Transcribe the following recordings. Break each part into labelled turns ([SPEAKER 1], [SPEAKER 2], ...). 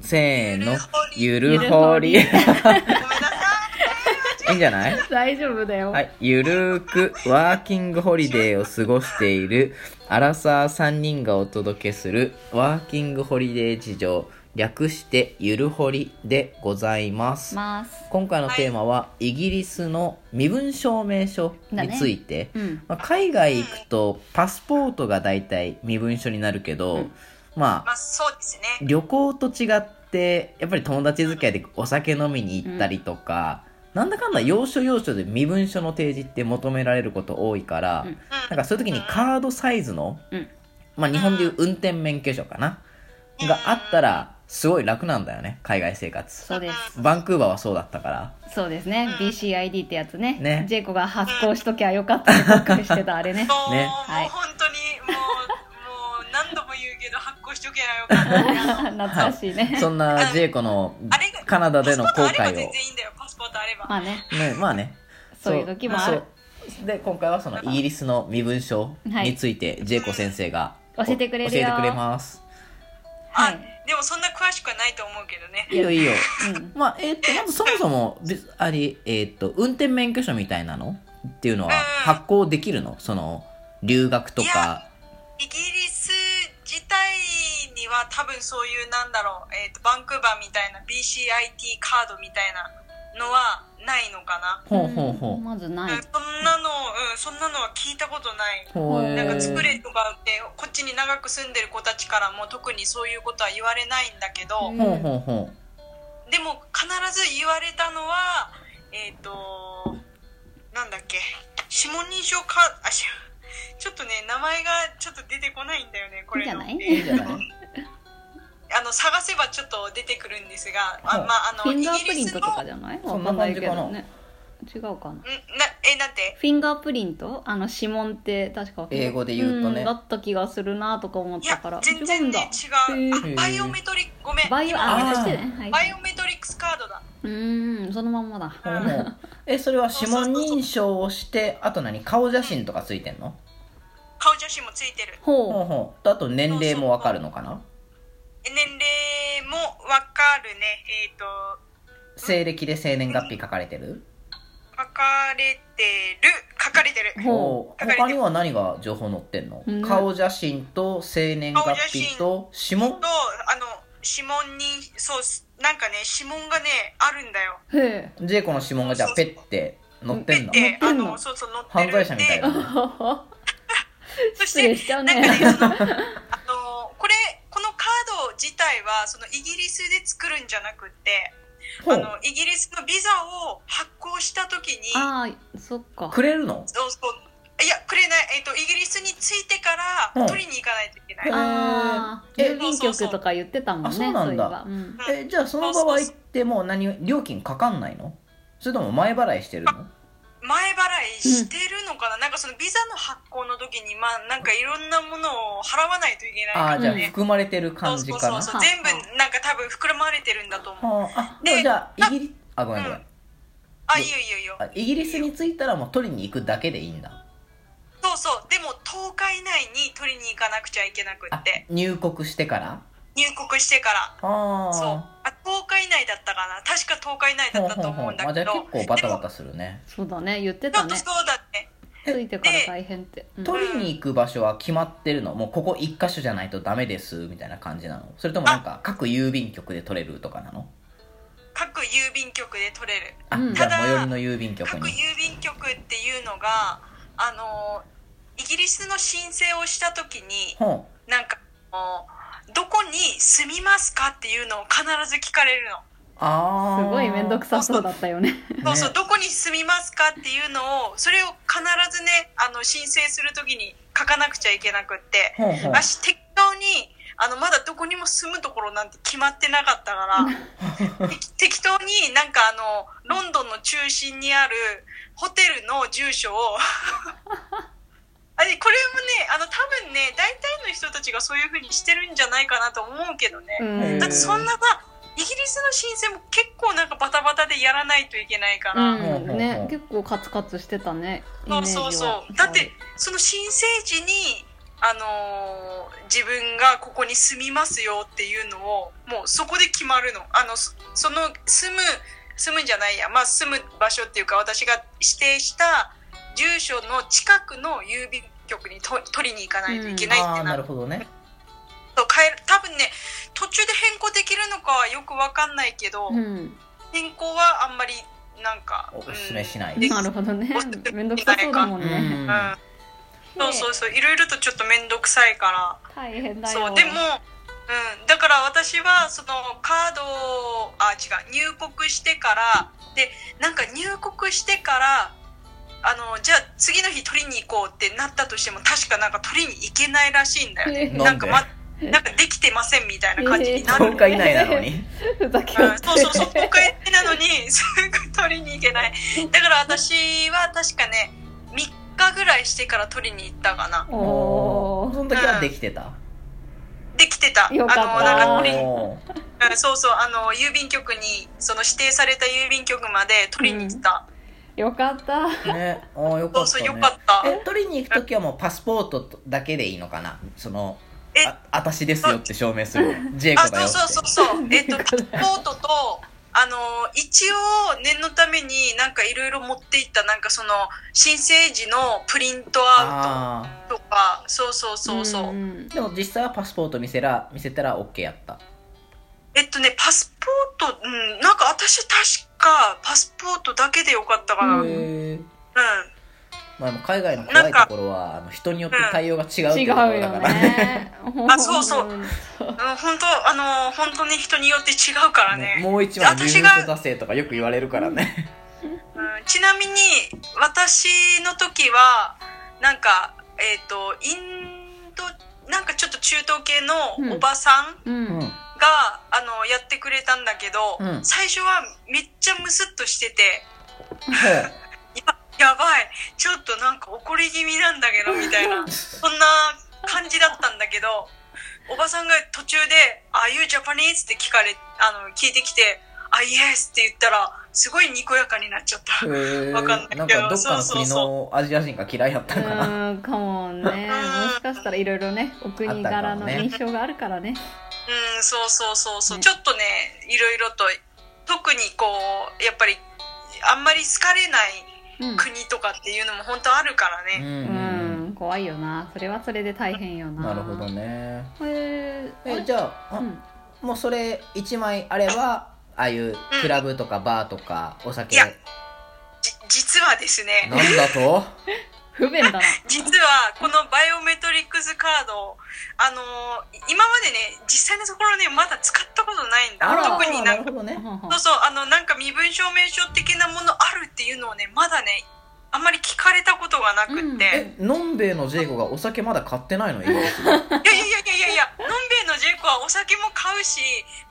[SPEAKER 1] せーのゆ
[SPEAKER 2] ゆ
[SPEAKER 1] る
[SPEAKER 2] る
[SPEAKER 1] ほ
[SPEAKER 2] ほ
[SPEAKER 1] り
[SPEAKER 2] り
[SPEAKER 1] い
[SPEAKER 2] ごめんなさ
[SPEAKER 1] いんじゃない
[SPEAKER 2] い。大丈夫だよ。
[SPEAKER 1] はい、ゆるーくワーキングホリデーを過ごしているアラサー3人がお届けするワーキングホリデー事情略してゆるほりでございます
[SPEAKER 3] ます。
[SPEAKER 1] 今回のテーマはイギリスの身分証明書について、
[SPEAKER 3] うん。
[SPEAKER 1] まあ、海外行くとパスポートが大体身分証になるけど、
[SPEAKER 3] うん
[SPEAKER 1] ま
[SPEAKER 2] ま
[SPEAKER 1] あ
[SPEAKER 2] あ、そうですね。
[SPEAKER 1] 旅行と違ってやっぱり友達付き合いでお酒飲みに行ったりとか、なんだかんだ要所要所で身分証の提示って求められること多いから、
[SPEAKER 3] うん
[SPEAKER 2] うん。
[SPEAKER 1] なんかそういう時にカードサイズの、
[SPEAKER 3] うん
[SPEAKER 1] まあ日本でいう運転免許証かな、があったらすごい楽なんだよね海外生活
[SPEAKER 3] そうです。
[SPEAKER 1] バンクーバーはそうだったから
[SPEAKER 3] そうですね。BCID ってやつね。
[SPEAKER 1] ね
[SPEAKER 3] ジェイコが発行しときゃよかったって後悔してたあ れね。
[SPEAKER 2] もう、
[SPEAKER 1] ね
[SPEAKER 2] も
[SPEAKER 3] はいう
[SPEAKER 2] 本当に、もう、もう何度も言うけど、発行しとけばよかった。
[SPEAKER 3] 懐かしいね。
[SPEAKER 1] そんなジェイコの
[SPEAKER 2] あれが
[SPEAKER 1] カナダでの後
[SPEAKER 2] パスポートあ
[SPEAKER 1] 悔
[SPEAKER 2] れば全
[SPEAKER 1] を
[SPEAKER 2] 然いいんだよ、パスポートあれば。
[SPEAKER 3] まあね、
[SPEAKER 1] ねまあね
[SPEAKER 3] そういう時もある。
[SPEAKER 1] そうで今回は そのイギリスの身分証についてジェイコ先生が
[SPEAKER 3] 教えてくれるよ
[SPEAKER 1] 教えてくれます
[SPEAKER 2] ま
[SPEAKER 3] は
[SPEAKER 2] あ
[SPEAKER 3] い。
[SPEAKER 2] でもそんな詳しくはないと思うけどね。
[SPEAKER 1] いいよいいよ
[SPEAKER 3] うん。
[SPEAKER 1] まあえーっとまずそもそもでありえーっと運転免許証みたいなのっていうのは
[SPEAKER 2] うん
[SPEAKER 1] 発行できるのその留学と
[SPEAKER 2] い
[SPEAKER 1] か
[SPEAKER 2] やイギリス自体には多分そういう、なんだろう、えっ、と、バンクーバーみたいな BCIT カードみたいなのはないのかな。
[SPEAKER 1] ほうほうほ
[SPEAKER 3] まずない
[SPEAKER 2] うん、。そんなの、うん、そんなのは聞いたことない。
[SPEAKER 1] うほう
[SPEAKER 3] うん
[SPEAKER 1] え
[SPEAKER 2] なんか作
[SPEAKER 1] ー
[SPEAKER 2] れとかってこっちに長く住んでる子たちからも特にそういうことは言われないんだけど、
[SPEAKER 3] うん
[SPEAKER 1] ほうほうほ
[SPEAKER 2] でも必ず言われたのはえっ、となんだっけ指紋認証カードあしちょっとね名前がちょっと出てこないんだよねこれ
[SPEAKER 3] いいんじゃ
[SPEAKER 2] の
[SPEAKER 3] ない
[SPEAKER 1] いいんじゃない
[SPEAKER 2] あの探せばちょっと出てくるんですがあ、
[SPEAKER 1] はい
[SPEAKER 2] まあ、あの
[SPEAKER 3] フィ
[SPEAKER 2] イ
[SPEAKER 3] ン
[SPEAKER 2] ギ
[SPEAKER 3] ガープリ
[SPEAKER 2] リ
[SPEAKER 3] ン
[SPEAKER 2] ス
[SPEAKER 3] ト
[SPEAKER 2] の
[SPEAKER 3] とかじゃない
[SPEAKER 1] そ
[SPEAKER 3] わ
[SPEAKER 1] んな
[SPEAKER 3] か
[SPEAKER 1] ん
[SPEAKER 3] な
[SPEAKER 1] 感
[SPEAKER 3] い
[SPEAKER 1] じ
[SPEAKER 3] け
[SPEAKER 1] かな
[SPEAKER 3] どね。違うか
[SPEAKER 2] ん
[SPEAKER 3] な。
[SPEAKER 2] なえなんて
[SPEAKER 3] フィンガープリントあの指紋って確か
[SPEAKER 1] 英語で言うとね
[SPEAKER 3] んだった気がするなとか思っ
[SPEAKER 2] い
[SPEAKER 3] た
[SPEAKER 2] や
[SPEAKER 3] から
[SPEAKER 2] 全然ね
[SPEAKER 3] 違
[SPEAKER 2] 違
[SPEAKER 3] うん
[SPEAKER 2] う
[SPEAKER 3] だ
[SPEAKER 2] あバイオメトリックごめん
[SPEAKER 3] バイオ
[SPEAKER 1] あ
[SPEAKER 3] あ
[SPEAKER 1] ー
[SPEAKER 3] そしてねはい
[SPEAKER 2] バイオメトリックスカードだ
[SPEAKER 3] うーんそのまんまだ
[SPEAKER 1] ほうほ うえそれは指紋認証をしてあと何顔写真とかついてんの
[SPEAKER 2] 顔写真もついてる
[SPEAKER 1] ほう
[SPEAKER 3] ほ
[SPEAKER 1] ほうあと年齢もわかるのかな
[SPEAKER 2] 年齢もわかるねえっ、と
[SPEAKER 1] 西暦で生年月日書かれてる
[SPEAKER 2] 書かれてる書かれてる
[SPEAKER 3] う
[SPEAKER 1] お
[SPEAKER 3] ほ
[SPEAKER 1] お他には何が情報載ってんの、
[SPEAKER 3] うん
[SPEAKER 1] 顔写真と生年月日と指紋
[SPEAKER 2] とあの指紋にそうすなんかね指紋がねあるんだよ
[SPEAKER 3] うへ
[SPEAKER 1] ジェイコの指紋がじゃあペッて載ってんだ
[SPEAKER 2] で
[SPEAKER 3] 載って
[SPEAKER 2] あ
[SPEAKER 3] んの
[SPEAKER 2] のそうそう載って
[SPEAKER 1] 犯
[SPEAKER 2] る
[SPEAKER 1] 罪者みたい
[SPEAKER 2] で
[SPEAKER 1] なね
[SPEAKER 2] そし
[SPEAKER 3] 失礼
[SPEAKER 2] て
[SPEAKER 3] しちゃう
[SPEAKER 2] なんかね
[SPEAKER 3] ね
[SPEAKER 2] そのあのこれこのカード自体はそのイギリスで作るんじゃなくって
[SPEAKER 1] ほ
[SPEAKER 2] あ
[SPEAKER 1] う
[SPEAKER 2] のイギリスのビザを発行した時に
[SPEAKER 3] ああそっか
[SPEAKER 1] くれるの
[SPEAKER 2] そうそういやくれない、えっとイギリスに着いてから取りに行かないといけない、
[SPEAKER 1] うん
[SPEAKER 3] ああ
[SPEAKER 1] へー
[SPEAKER 3] 郵便局とか言ってたもんね
[SPEAKER 1] あそうなんだ
[SPEAKER 3] いえばうん
[SPEAKER 1] えじゃあその場合ってもう何料金かかんないのそれとも前払いしてるの
[SPEAKER 2] 前払いしてるのかな、なんかそのビザの発行の時にまあなんかいろんなものを払わないといけない
[SPEAKER 1] あ
[SPEAKER 2] か
[SPEAKER 1] あ
[SPEAKER 2] ら
[SPEAKER 1] じゃあ
[SPEAKER 3] うん
[SPEAKER 2] ね、
[SPEAKER 1] 含まれてる感じ
[SPEAKER 2] そう
[SPEAKER 1] か
[SPEAKER 2] そう
[SPEAKER 1] な
[SPEAKER 2] そう
[SPEAKER 3] はあ
[SPEAKER 2] 全部なんか多分膨らまれてるんだと思う
[SPEAKER 1] はああ
[SPEAKER 2] で
[SPEAKER 1] でもじゃあイギリあごめんごめん
[SPEAKER 2] うんあいいよいいよいいよ
[SPEAKER 1] あイギリスに着いたらもう取りに行くだけでいいんだ
[SPEAKER 2] そうそうでも10日以内に取りに行かなくちゃいけなく
[SPEAKER 1] あ
[SPEAKER 2] って
[SPEAKER 1] 入国してから
[SPEAKER 2] 入国してから
[SPEAKER 1] ああ
[SPEAKER 2] そうあ10日以内だったかな確か10日以内だったと思うんだ
[SPEAKER 1] あじ
[SPEAKER 2] け
[SPEAKER 1] ゃあ
[SPEAKER 2] ど
[SPEAKER 1] 結構バタバタするね
[SPEAKER 3] そうだね言って
[SPEAKER 2] でも
[SPEAKER 3] た
[SPEAKER 2] ちょ
[SPEAKER 3] ね
[SPEAKER 2] っとそうだね
[SPEAKER 3] ついてから大変ってうん
[SPEAKER 1] 取りに行く場所は決まってるのもうここ一箇所じゃないとダメですみたいな感じなのそれともなんか各郵便局で取れるとかなの
[SPEAKER 2] 各郵便局で取れる
[SPEAKER 1] あ、
[SPEAKER 3] うん
[SPEAKER 1] じゃあ
[SPEAKER 2] ただ
[SPEAKER 1] 最寄りの郵便局
[SPEAKER 2] 各
[SPEAKER 1] に
[SPEAKER 2] 郵便局っていうのがあのイギリスの申請をした時に
[SPEAKER 1] ほ
[SPEAKER 2] なんかもうどこに住みますかっていうのを必ず聞かれるの。
[SPEAKER 1] うあ
[SPEAKER 3] す
[SPEAKER 1] あ
[SPEAKER 3] ごい面倒くさそうだったよね
[SPEAKER 2] そうそう、どこに住みますかっていうのを、それを必ずね、あの、申請するときに書かなくちゃいけなくって、
[SPEAKER 1] ほうほう
[SPEAKER 2] 私、適当に、あの、まだどこにも住むところなんて決まってなかったから、て適当になんかあの、ロンドンの中心にあるホテルの住所を、あれ、これもね、あの、多分ね、大体の人たちがそういうふうにしてるんじゃないかなと思うけどね。
[SPEAKER 3] うん
[SPEAKER 2] だってそんなさイギリスの申請も結構なんかバタバタでやらないといけないから、
[SPEAKER 3] うん
[SPEAKER 1] ほうほうほ
[SPEAKER 3] ね
[SPEAKER 1] う
[SPEAKER 3] 結構カツカツしてたねイメ
[SPEAKER 2] そ
[SPEAKER 3] ー
[SPEAKER 2] う
[SPEAKER 3] ジは
[SPEAKER 2] そうそうだってその申請時にあのー自分がここに住みますよっていうのをもうそこで決まるのあのそその住む住むんじゃないやまあ住む場所っていうか私が指定した住所の近くの郵便局にと取りに行かないといけないっ
[SPEAKER 1] あ
[SPEAKER 2] て
[SPEAKER 1] あな
[SPEAKER 2] な
[SPEAKER 1] る
[SPEAKER 2] る
[SPEAKER 1] ほどね
[SPEAKER 2] と変える多分ね途中で変更できるのかはよくわかんないけど、
[SPEAKER 3] うん、
[SPEAKER 2] 変更はあんまりなんか
[SPEAKER 1] お
[SPEAKER 2] うん
[SPEAKER 1] すすめしない
[SPEAKER 2] で
[SPEAKER 3] なるほどねめんどくさそうだも
[SPEAKER 1] うん
[SPEAKER 3] ね、
[SPEAKER 1] ん
[SPEAKER 2] うんそうそうそういろいろとちょっと面倒くさいか
[SPEAKER 3] 大変
[SPEAKER 2] ら
[SPEAKER 3] だよ
[SPEAKER 2] そうでも、うん、だから私はそのカードをあ違う入国してからでなんか入国してからあのじゃあ次の日取りに行こうってなったとしても確かなんか取りに行けないらしいんだよね
[SPEAKER 3] へえ
[SPEAKER 1] なんで
[SPEAKER 2] かまなんかできてませんみたいな感じになる、
[SPEAKER 3] へえ
[SPEAKER 1] 10日以内なのに
[SPEAKER 3] ふざけ
[SPEAKER 2] う
[SPEAKER 3] やが
[SPEAKER 2] ん、
[SPEAKER 3] って
[SPEAKER 2] そうそうそう国会なのにすぐ取りに行けないだから私は確かね3日ぐらいしてから取りに行ったかな
[SPEAKER 3] お
[SPEAKER 1] そ
[SPEAKER 3] ー
[SPEAKER 1] の時はできてた
[SPEAKER 2] できてた
[SPEAKER 3] よかった
[SPEAKER 2] あのなんか
[SPEAKER 3] お
[SPEAKER 2] 取りに
[SPEAKER 1] おー
[SPEAKER 2] うんそうそうあの郵便局にその指定された郵便局まで取りに行った、
[SPEAKER 3] よかった
[SPEAKER 1] ね、あーよかった、
[SPEAKER 2] そうそう
[SPEAKER 1] ね。
[SPEAKER 2] よかった
[SPEAKER 1] え、取りに行くときはもうパスポートだけでいいのかな。その、
[SPEAKER 2] え
[SPEAKER 1] あ、私ですよって証明する。ジェイコ
[SPEAKER 2] あ
[SPEAKER 1] だ
[SPEAKER 2] そ
[SPEAKER 1] よ
[SPEAKER 2] う
[SPEAKER 1] って。
[SPEAKER 2] そうそうそうえっと
[SPEAKER 3] よ
[SPEAKER 2] パ
[SPEAKER 3] か
[SPEAKER 2] ス
[SPEAKER 3] っ
[SPEAKER 2] ポ
[SPEAKER 3] た
[SPEAKER 2] ートとあの一応念のためになんかいろいろ持っていったなんかその申請時のプリントア
[SPEAKER 1] あ
[SPEAKER 2] ウトとかそうそうそうそう、
[SPEAKER 3] んん
[SPEAKER 1] あ。でも実際はパスポート見せら、見せたら OK やった。
[SPEAKER 2] えっとねパスポートうんなんか私確かパスポートだけでよかったかな、
[SPEAKER 3] う
[SPEAKER 2] うんん
[SPEAKER 1] へーまあでも海外の怖
[SPEAKER 2] ないん
[SPEAKER 1] と
[SPEAKER 2] か
[SPEAKER 1] ころは、あの人によって対応が違うっていう
[SPEAKER 3] 違
[SPEAKER 1] うところだ
[SPEAKER 3] よ
[SPEAKER 1] から。
[SPEAKER 3] ね
[SPEAKER 2] あそうそうんうん、本当あの本当に人によって違うからね
[SPEAKER 1] もうもう一枚自分
[SPEAKER 2] 私が、
[SPEAKER 1] と出せとかよく言われるからね。
[SPEAKER 2] うん、ちなみに私の時はなんかえっ、とインドなんかちょっと中東系
[SPEAKER 3] うん
[SPEAKER 2] のおばさんが、
[SPEAKER 1] う
[SPEAKER 3] う
[SPEAKER 1] ん
[SPEAKER 3] ん。
[SPEAKER 2] あのやってくれたんだけど、
[SPEAKER 1] うん
[SPEAKER 2] 最初はめっちゃムスッとしててやばいちょっとなんか怒り気味なんだけどみたいなそんな感じだったんだけどおばさんが途中で「ああいうジャパニーズ?」って聞かれあの聞いてきて「あイエス」って言ったらすごいにこやかになっちゃった。
[SPEAKER 1] へー
[SPEAKER 2] わかんないけど
[SPEAKER 1] なんかどっかの
[SPEAKER 2] そうそう
[SPEAKER 1] 国
[SPEAKER 2] そ
[SPEAKER 1] のアジア人が嫌いやったんかな。
[SPEAKER 3] うんかもねもしかしたらいろいろねお国柄の印象があるからね
[SPEAKER 2] うんそうそうそうそう、
[SPEAKER 3] ね
[SPEAKER 2] ちょっとねいろいろと特にこうやっぱりあんまり好かれない国とかっていうのも本当あるから
[SPEAKER 1] うん
[SPEAKER 2] ね、
[SPEAKER 1] う
[SPEAKER 3] うん
[SPEAKER 1] うん
[SPEAKER 3] ん、うん、怖いよなそれはそれで大変よな
[SPEAKER 1] なるほどね。
[SPEAKER 3] へえ
[SPEAKER 1] えじゃあ、あ
[SPEAKER 3] うん
[SPEAKER 1] もうそれ1枚あればああいうクラブとかバーとかお酒
[SPEAKER 2] いや
[SPEAKER 1] なん
[SPEAKER 2] じ実はですね
[SPEAKER 1] だと
[SPEAKER 3] 不便だな
[SPEAKER 2] 実はこのバイオメトリックスカードあのー今までね実際のところねまだ使ったことないん だ
[SPEAKER 1] あら
[SPEAKER 2] 特に
[SPEAKER 1] な
[SPEAKER 2] な
[SPEAKER 1] る
[SPEAKER 2] んか
[SPEAKER 1] ほどね
[SPEAKER 2] そうそうあのなんか身分証明書的なものあるっていうのをねまだねあんまり聞かれたことがなくって、
[SPEAKER 3] うん
[SPEAKER 2] いや
[SPEAKER 1] えのんべえのジェイコがお酒まだ買ってないの今
[SPEAKER 2] いやいやいやいやのんべえのジェイコはお酒も買うし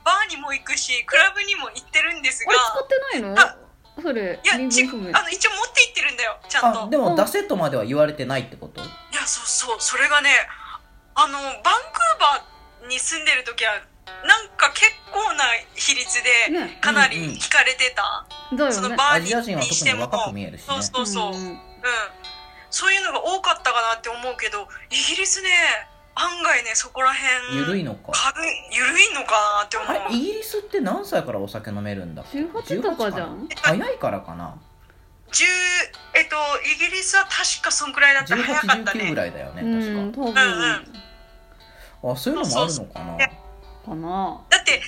[SPEAKER 2] バーにも行くしクラブにも行ってるんです
[SPEAKER 3] あ
[SPEAKER 2] が
[SPEAKER 3] れ使ってないの
[SPEAKER 2] あ
[SPEAKER 3] それ
[SPEAKER 2] いや
[SPEAKER 3] 身
[SPEAKER 2] ち
[SPEAKER 3] 分不明
[SPEAKER 2] あの一応持って行ってるんだよちゃんと
[SPEAKER 1] あでも出せとまでは言われてないってこと
[SPEAKER 2] いやそうそうそれがねあのバンクーバーに住んでる時はなんか結構な比率で
[SPEAKER 3] ね
[SPEAKER 2] かなり
[SPEAKER 1] うんうん
[SPEAKER 2] 惹かれてた、
[SPEAKER 3] だ
[SPEAKER 2] そ
[SPEAKER 3] よ
[SPEAKER 2] の
[SPEAKER 3] ね
[SPEAKER 1] ア
[SPEAKER 2] バーに
[SPEAKER 1] ジア人は特
[SPEAKER 2] して
[SPEAKER 1] に
[SPEAKER 2] も
[SPEAKER 1] 若く見えるしね
[SPEAKER 2] そうそうそう、うん
[SPEAKER 3] ん
[SPEAKER 2] そういうのが多かったかなって思うけどイギリスね案外ねそこら辺
[SPEAKER 1] 緩い
[SPEAKER 2] の
[SPEAKER 1] のか
[SPEAKER 2] 軽い緩いのかなって思う
[SPEAKER 1] あれイギリスって何歳からお酒飲めるんだっけ
[SPEAKER 3] 18とかじ
[SPEAKER 1] 18
[SPEAKER 3] ゃん
[SPEAKER 1] かな早いからかな
[SPEAKER 2] 10えっとイギリスは確かそんくらいだった早かった
[SPEAKER 1] 1819ぐ
[SPEAKER 2] ね
[SPEAKER 1] らいだよ
[SPEAKER 3] う
[SPEAKER 1] ね
[SPEAKER 3] ん
[SPEAKER 1] 確
[SPEAKER 2] う
[SPEAKER 3] 多分
[SPEAKER 2] ん
[SPEAKER 1] かあそういうのもあるのかな
[SPEAKER 2] そうそう
[SPEAKER 3] かな
[SPEAKER 2] だって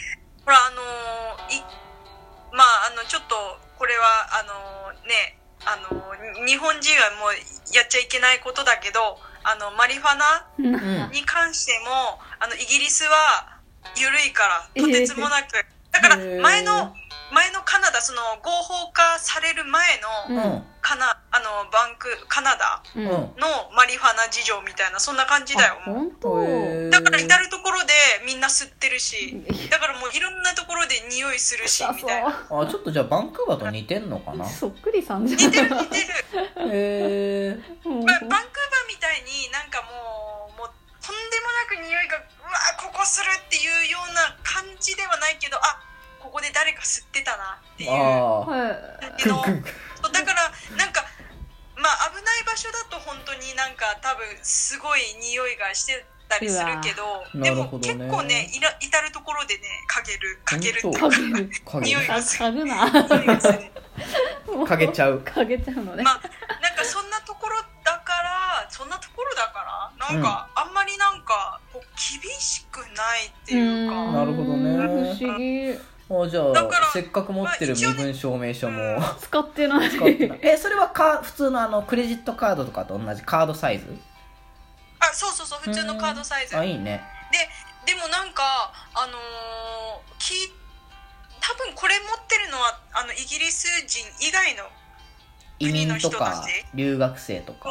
[SPEAKER 2] ほらあのーいまああのちょっとこれはあのーねあのーに日本人はもうやっちゃいけないことだけどあのマリファナ
[SPEAKER 1] うん
[SPEAKER 2] に関してもあのイギリスは緩いからとてつもなく、だから
[SPEAKER 1] へー
[SPEAKER 2] 前の前のカナダその合法化される前
[SPEAKER 3] う
[SPEAKER 2] の
[SPEAKER 3] ん
[SPEAKER 2] カナあのバンクカナダ
[SPEAKER 3] う
[SPEAKER 1] うん
[SPEAKER 3] ん
[SPEAKER 1] うん
[SPEAKER 2] のマリファナ事情みたいなそんな感じだよ
[SPEAKER 3] あ
[SPEAKER 2] もう
[SPEAKER 3] 本当
[SPEAKER 1] へー
[SPEAKER 2] だから至る所でみんな吸ってるし。だからもういろんなところで匂いするし
[SPEAKER 3] 臭
[SPEAKER 2] みたいな
[SPEAKER 3] そ
[SPEAKER 1] あちょっとじゃあバンクーバーと似てんのかな
[SPEAKER 3] う
[SPEAKER 1] へ
[SPEAKER 3] そっくりさんじゃ
[SPEAKER 2] 似
[SPEAKER 3] ん
[SPEAKER 2] てる似てる
[SPEAKER 1] え
[SPEAKER 3] う
[SPEAKER 2] バ
[SPEAKER 3] ん
[SPEAKER 2] バンクーバーみたいになんかもうもうとんでもなく匂いがうわーここするっていうような感じではないけどあここで誰か吸ってたなっていう
[SPEAKER 1] ああ
[SPEAKER 3] はい
[SPEAKER 2] けどそうだからなんかまあ危ない場所だと本当になんか多分すごい匂いがしてたりするけ
[SPEAKER 1] う
[SPEAKER 2] ど
[SPEAKER 1] わ
[SPEAKER 2] で
[SPEAKER 1] なる
[SPEAKER 2] も
[SPEAKER 1] ほど
[SPEAKER 2] 結
[SPEAKER 1] ね
[SPEAKER 2] 構ねいら至る所でねかげるかけるっていう
[SPEAKER 1] 本
[SPEAKER 3] かげる
[SPEAKER 1] か
[SPEAKER 2] 匂い
[SPEAKER 1] け
[SPEAKER 2] が
[SPEAKER 3] か
[SPEAKER 2] す
[SPEAKER 3] かぐな
[SPEAKER 2] 匂いがする
[SPEAKER 1] かけちゃう
[SPEAKER 3] かげちゃうのね、
[SPEAKER 2] まあなんかそんなところだからそんなところだからなんかあんまりなんかこう厳しくないっていう
[SPEAKER 3] ー
[SPEAKER 2] か
[SPEAKER 3] ん
[SPEAKER 1] なるほどね
[SPEAKER 3] 不思議
[SPEAKER 1] あじゃあ
[SPEAKER 2] だから
[SPEAKER 1] せっかく持ってる身分証明書も
[SPEAKER 2] ま
[SPEAKER 3] 使ってない
[SPEAKER 1] 使ってない えそれはか普通のあのクレジットカードとかと同じカードサイズ
[SPEAKER 2] あそうそうそう普通のカードサイズ
[SPEAKER 1] あいいね
[SPEAKER 2] でもなんかあのーき多分これ持ってるのはあのイギリス人以外の
[SPEAKER 1] 移民と
[SPEAKER 2] 国の人
[SPEAKER 1] か
[SPEAKER 2] たち
[SPEAKER 1] 留学生とか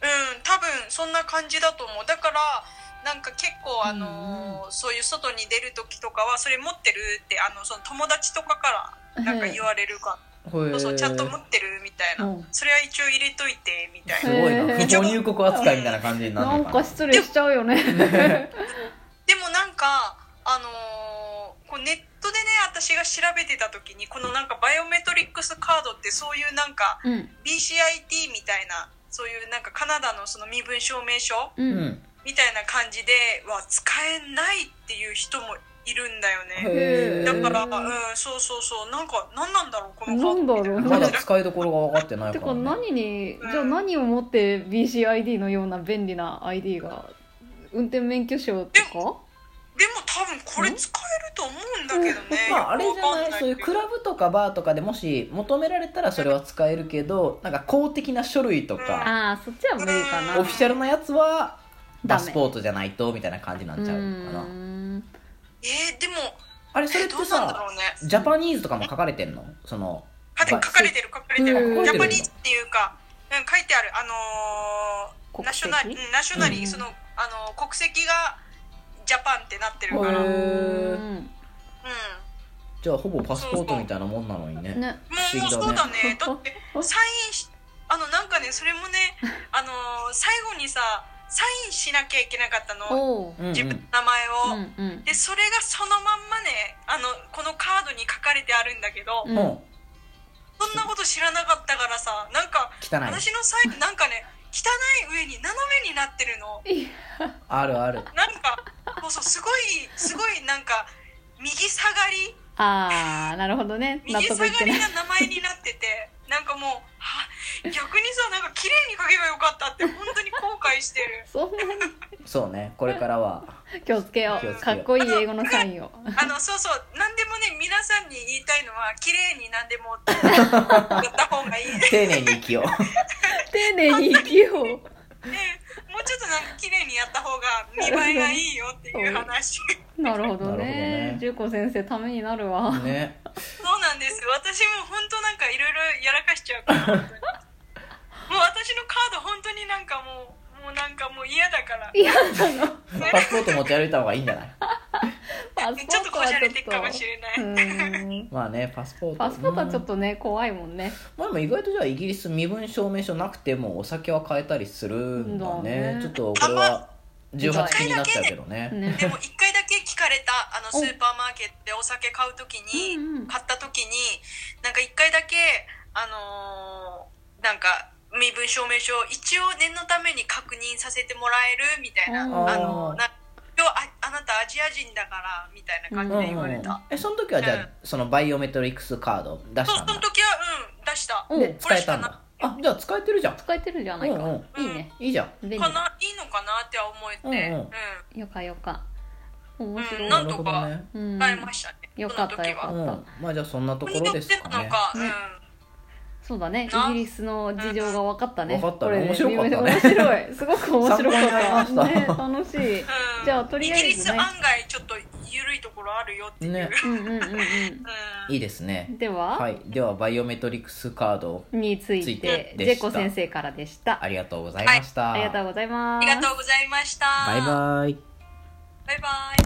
[SPEAKER 2] うん多分そんな感じだと思うだからなんか結構あのーそういう外に出る時とかはそれ持ってるってあのその友達とかからなんか言われるか
[SPEAKER 1] ほえ
[SPEAKER 2] ら、そうそうちゃんと持
[SPEAKER 1] ー
[SPEAKER 2] ってるみたいな、
[SPEAKER 3] うん
[SPEAKER 2] それは一応入れといてみたい
[SPEAKER 1] す
[SPEAKER 2] な
[SPEAKER 3] へ
[SPEAKER 1] ごい
[SPEAKER 3] え
[SPEAKER 1] な
[SPEAKER 3] ー
[SPEAKER 1] 不法入国扱いみたいな感じにな
[SPEAKER 3] な
[SPEAKER 1] る
[SPEAKER 3] ん
[SPEAKER 1] のか
[SPEAKER 3] か
[SPEAKER 1] な
[SPEAKER 3] 失礼しちゃうよね
[SPEAKER 2] でもなんかあのーこうネットでね私が調べてた時にこのなんかバイオメトリックスカードってそういうなんか
[SPEAKER 3] うん
[SPEAKER 2] BCIT みたいなそういうなんかカナダのその身分証明書
[SPEAKER 3] う、
[SPEAKER 1] うんん
[SPEAKER 2] みたいな感じでは使えないっていう人もいるんだよね。
[SPEAKER 1] へ
[SPEAKER 2] だ
[SPEAKER 1] ー
[SPEAKER 2] から、
[SPEAKER 3] へー
[SPEAKER 2] うん、そうそうそう、なんか、なんなんだろう、このカ
[SPEAKER 3] なんだろ
[SPEAKER 2] ー
[SPEAKER 3] う
[SPEAKER 2] ドみた
[SPEAKER 1] ま
[SPEAKER 2] いな
[SPEAKER 1] だ使いどころが分かってない
[SPEAKER 3] て
[SPEAKER 1] か
[SPEAKER 3] から
[SPEAKER 1] ね
[SPEAKER 3] 何に
[SPEAKER 2] うん
[SPEAKER 3] じゃあ何を持って BCID のような便利な ID が運転免許証とか
[SPEAKER 2] でも、多分、これ使えると思うんだけどね。
[SPEAKER 1] まあ、あれじゃないそういうク
[SPEAKER 2] 暗
[SPEAKER 1] ラブとかバーとかでもし求められたらそれは使えるけどなんか公的な書類とか、
[SPEAKER 3] ああそっちは無理かな
[SPEAKER 1] オフィシャルなやつは
[SPEAKER 3] ダ
[SPEAKER 1] パ
[SPEAKER 3] メ
[SPEAKER 1] スポートじゃないとみたいな感じになっちゃう
[SPEAKER 3] う
[SPEAKER 1] のかな
[SPEAKER 3] ーん
[SPEAKER 2] えー、でも、
[SPEAKER 1] あれそれっ
[SPEAKER 2] ど
[SPEAKER 1] て
[SPEAKER 2] うなんだ
[SPEAKER 1] さ
[SPEAKER 2] ろうね。
[SPEAKER 1] ジャパニーズとかも書かれてんのその
[SPEAKER 2] あで書かれてる、書かれて
[SPEAKER 3] う
[SPEAKER 2] る。
[SPEAKER 3] ん
[SPEAKER 2] ジャパニーズっていうか、うん、書いてある、あのー、
[SPEAKER 3] 国籍
[SPEAKER 2] ナショナリ、うんナショナリ、
[SPEAKER 3] うん
[SPEAKER 2] その、あのー国籍が。ジャパンってなってる
[SPEAKER 1] へ
[SPEAKER 2] か
[SPEAKER 1] ー
[SPEAKER 2] ら。うん。
[SPEAKER 1] じゃあほぼパスポートみたいなもんなのにね
[SPEAKER 3] ね
[SPEAKER 2] もう、もう
[SPEAKER 1] 不
[SPEAKER 2] そ
[SPEAKER 1] 思議
[SPEAKER 2] う
[SPEAKER 1] だ
[SPEAKER 2] だ
[SPEAKER 1] ね
[SPEAKER 2] ね。だって、サインし、あの、なんかね、それもね、あのー最後にさ、サインしなきゃいけなかったの。
[SPEAKER 3] おう
[SPEAKER 1] うんう
[SPEAKER 2] 自分の
[SPEAKER 1] ん
[SPEAKER 2] 名前
[SPEAKER 3] う
[SPEAKER 2] を。
[SPEAKER 3] んうん
[SPEAKER 2] で、それがそのまんまね、あの、このカードに書かれてあるんだけど、
[SPEAKER 3] う
[SPEAKER 1] うんん汚
[SPEAKER 2] そんなこと知らなかったからさ、なんか、
[SPEAKER 1] い
[SPEAKER 2] 私のサイン、なんかね、汚い上に斜めになってるの。
[SPEAKER 1] あるある
[SPEAKER 2] なんか、そうそう、すごい、すごい、なんか、右下がり
[SPEAKER 3] ああなるほどね納
[SPEAKER 2] 右下
[SPEAKER 3] 得
[SPEAKER 2] が
[SPEAKER 3] いって
[SPEAKER 2] り
[SPEAKER 3] ない
[SPEAKER 2] な名前になっててなんかもうは逆にさなんか綺麗に書けばよかったって本当に後悔してる
[SPEAKER 3] そんなに
[SPEAKER 1] そうねこれからは
[SPEAKER 3] 気をつけよ
[SPEAKER 1] 気を
[SPEAKER 3] う
[SPEAKER 1] つけ
[SPEAKER 3] か
[SPEAKER 1] よう
[SPEAKER 3] っこいい英語のサインを
[SPEAKER 2] あのそうそう何でもね皆さんに言いたいのは綺麗に何でもやった方がいいね
[SPEAKER 1] 丁寧に生きよ
[SPEAKER 3] 丁寧に生きよう
[SPEAKER 2] もうちょっとなんか綺麗にやった方が見栄えがいいよっていう話
[SPEAKER 3] なるほ
[SPEAKER 1] なる
[SPEAKER 3] ど
[SPEAKER 1] ほど
[SPEAKER 3] ね
[SPEAKER 1] ね。
[SPEAKER 3] 十子先生ためになるわ。
[SPEAKER 1] うね
[SPEAKER 2] そうなんです私も本当なんかいろいろやらかしちゃうから本当にもう私のカード本当になんかもうもうなんかもう嫌だから
[SPEAKER 3] いやなの。
[SPEAKER 1] パスポート持ち歩いた方がいいんじゃない
[SPEAKER 3] パ
[SPEAKER 2] ちょっとこじゃれてるかもし
[SPEAKER 3] れ
[SPEAKER 2] れない、
[SPEAKER 3] ない。
[SPEAKER 1] まあねパスポート
[SPEAKER 3] パスポートはちょ
[SPEAKER 1] うん
[SPEAKER 3] っとね怖いもんね。
[SPEAKER 1] まあでも意外とじゃあイギリス身分証明書なくてもお酒は買えたりするんだね
[SPEAKER 3] だね
[SPEAKER 1] ちょっとこれは18禁になっちゃうけどね
[SPEAKER 3] ね。
[SPEAKER 2] でも一回だけ聞かれたあの
[SPEAKER 3] お
[SPEAKER 2] スーパーマーケットでお酒買うときに、
[SPEAKER 3] うんうん
[SPEAKER 2] 買ったときになんか一回だけあのーなんか身分証明書を一応念のために確認させてもらえるみたいな、
[SPEAKER 3] うん
[SPEAKER 2] あのな今日ああなたアジア人だからみたいな感じ
[SPEAKER 1] うん
[SPEAKER 2] で言われた、
[SPEAKER 1] えその時はじゃあ、
[SPEAKER 2] うん
[SPEAKER 1] そのバイオメトリックスカード出し
[SPEAKER 2] そう
[SPEAKER 1] た
[SPEAKER 2] そ
[SPEAKER 1] ん
[SPEAKER 2] の
[SPEAKER 1] だ
[SPEAKER 2] 時はうん出した
[SPEAKER 3] うん
[SPEAKER 1] で使えたんだあじゃあ使えてるじゃん
[SPEAKER 3] 使えてるじゃないか。
[SPEAKER 1] うん
[SPEAKER 2] うん
[SPEAKER 3] いいね。
[SPEAKER 1] いいじゃん
[SPEAKER 3] 便利
[SPEAKER 2] か。ないいのかなっては思えて、
[SPEAKER 1] う
[SPEAKER 2] うんん
[SPEAKER 1] うん
[SPEAKER 3] よかよか。面白
[SPEAKER 2] う
[SPEAKER 3] い。
[SPEAKER 2] んなんとか
[SPEAKER 1] ね
[SPEAKER 3] うん
[SPEAKER 2] 買いましたね、
[SPEAKER 3] よ
[SPEAKER 2] そ
[SPEAKER 3] か
[SPEAKER 2] の
[SPEAKER 3] った
[SPEAKER 2] 時
[SPEAKER 3] よか
[SPEAKER 2] は。
[SPEAKER 1] うん
[SPEAKER 3] っ
[SPEAKER 1] まあじゃあそんなところですか
[SPEAKER 2] なの
[SPEAKER 1] ね
[SPEAKER 2] か、
[SPEAKER 3] ね
[SPEAKER 2] うん
[SPEAKER 3] た。そうだね。
[SPEAKER 2] な
[SPEAKER 3] イギリスの事情が分かったね。
[SPEAKER 1] 分かったね
[SPEAKER 3] これ
[SPEAKER 1] 面白かったね
[SPEAKER 3] 面白 い。すごく面白かっ
[SPEAKER 1] 参考
[SPEAKER 3] た。
[SPEAKER 1] にな
[SPEAKER 3] ね
[SPEAKER 1] り
[SPEAKER 3] 楽しい。
[SPEAKER 2] うん
[SPEAKER 3] じゃあとりあえず
[SPEAKER 2] イ
[SPEAKER 3] ね
[SPEAKER 2] ギリス案外ちょっと緩いところあるよっていう、
[SPEAKER 1] ね
[SPEAKER 3] うんうんうん
[SPEAKER 2] うん
[SPEAKER 1] いいです
[SPEAKER 3] う
[SPEAKER 1] ね
[SPEAKER 3] ん。では、
[SPEAKER 1] はいではバイオメトリックスカード
[SPEAKER 3] につい
[SPEAKER 1] つい
[SPEAKER 3] て
[SPEAKER 1] て
[SPEAKER 3] ジ
[SPEAKER 1] でし
[SPEAKER 3] ェ
[SPEAKER 1] た
[SPEAKER 3] コ先生からでした。
[SPEAKER 1] ありがとうございました、
[SPEAKER 3] ありがとうございま
[SPEAKER 2] あ
[SPEAKER 3] す。
[SPEAKER 2] りがとうございました
[SPEAKER 1] バイバイ
[SPEAKER 2] バイバイ